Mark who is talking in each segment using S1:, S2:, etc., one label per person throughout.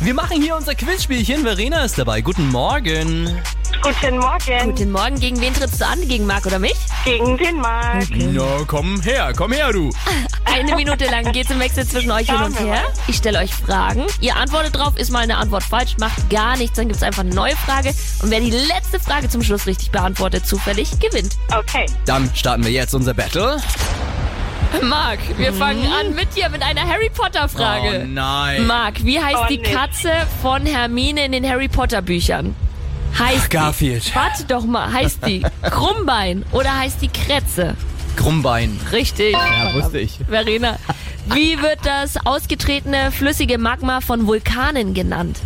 S1: Wir machen hier unser Quizspielchen. Verena ist dabei. Guten Morgen.
S2: Guten Morgen.
S3: Guten Morgen, gegen wen trittst du an? Gegen Marc oder mich?
S2: Gegen den Marc.
S3: Mhm.
S1: Ja, komm her, komm her, du.
S3: Eine Minute lang geht's im Wechsel zwischen euch hin und her. Ich stelle euch Fragen. Ihr antwortet drauf, ist mal eine Antwort falsch, macht gar nichts, dann gibt's einfach eine neue Frage. Und wer die letzte Frage zum Schluss richtig beantwortet, zufällig gewinnt.
S2: Okay.
S1: Dann starten wir jetzt unser Battle.
S3: Marc, wir fangen an mit dir, mit einer Harry Potter
S1: Oh
S3: Frage.
S1: nein.
S3: Marc, wie heißt
S2: Oh,
S3: die
S2: nee.
S3: Katze von Hermine in den Harry Potter Büchern? Heißt
S1: Garfield.
S3: Die, warte doch mal, heißt die Krummbein oder heißt die Kretze?
S1: Krummbein.
S3: Richtig.
S1: Ja, wusste ich.
S3: Verena, wie wird das ausgetretene flüssige Magma von Vulkanen genannt?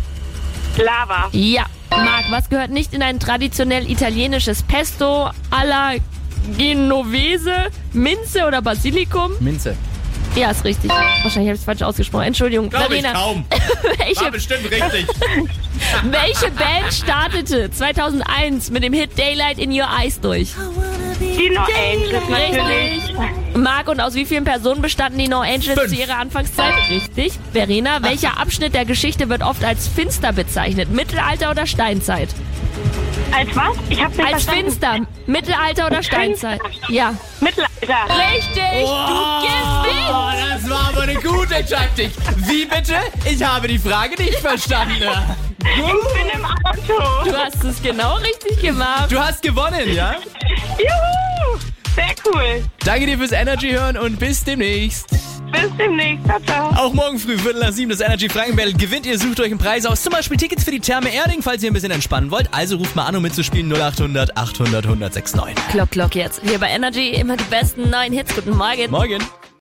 S2: Lava.
S3: Ja. Marc, was gehört nicht in ein traditionell italienisches Pesto alla Genovese, Minze oder Basilikum?
S1: Minze.
S3: Ja, ist richtig. Wahrscheinlich habe ich es falsch ausgesprochen. Entschuldigung.
S4: Glaube ich
S3: Verena,
S4: kaum. War
S3: welche,
S4: bestimmt richtig.
S3: welche Band startete 2001 mit dem Hit Daylight in Your Eyes durch?
S2: Die No Angels natürlich.
S3: Richtig. Marc, und aus wie vielen Personen bestanden die No Angels zu ihrer Anfangszeit? Richtig. Verena, welcher Abschnitt der Geschichte wird oft als finster bezeichnet? Mittelalter oder Steinzeit?
S2: Als was? Ich hab's nicht
S3: Als
S2: verstanden.
S3: finster. Mittelalter oder Steinzeit? Ja.
S2: Mittelalter.
S3: Richtig. Du gewinnst.
S1: Oh, das war aber eine gute Taktik. Wie bitte? Ich habe die Frage nicht verstanden.
S2: Ich bin im Auto.
S3: Du hast es genau richtig gemacht.
S1: Du hast gewonnen, ja?
S2: Juhu. Sehr cool.
S1: Danke dir fürs Energy hören und bis demnächst.
S2: Bis demnächst. Ciao, ciao.
S1: Auch morgen früh, Viertel nach sieben, das Energy Fragen Battle gewinnt. Ihr sucht euch einen Preis aus. Zum Beispiel Tickets für die Therme Erding, falls ihr ein bisschen entspannen wollt. Also ruft mal an, um mitzuspielen. 0800 800 1069.
S3: Glock, glock jetzt. Wir bei Energy immer die besten neuen Hits. Guten Morgen.
S1: Morgen.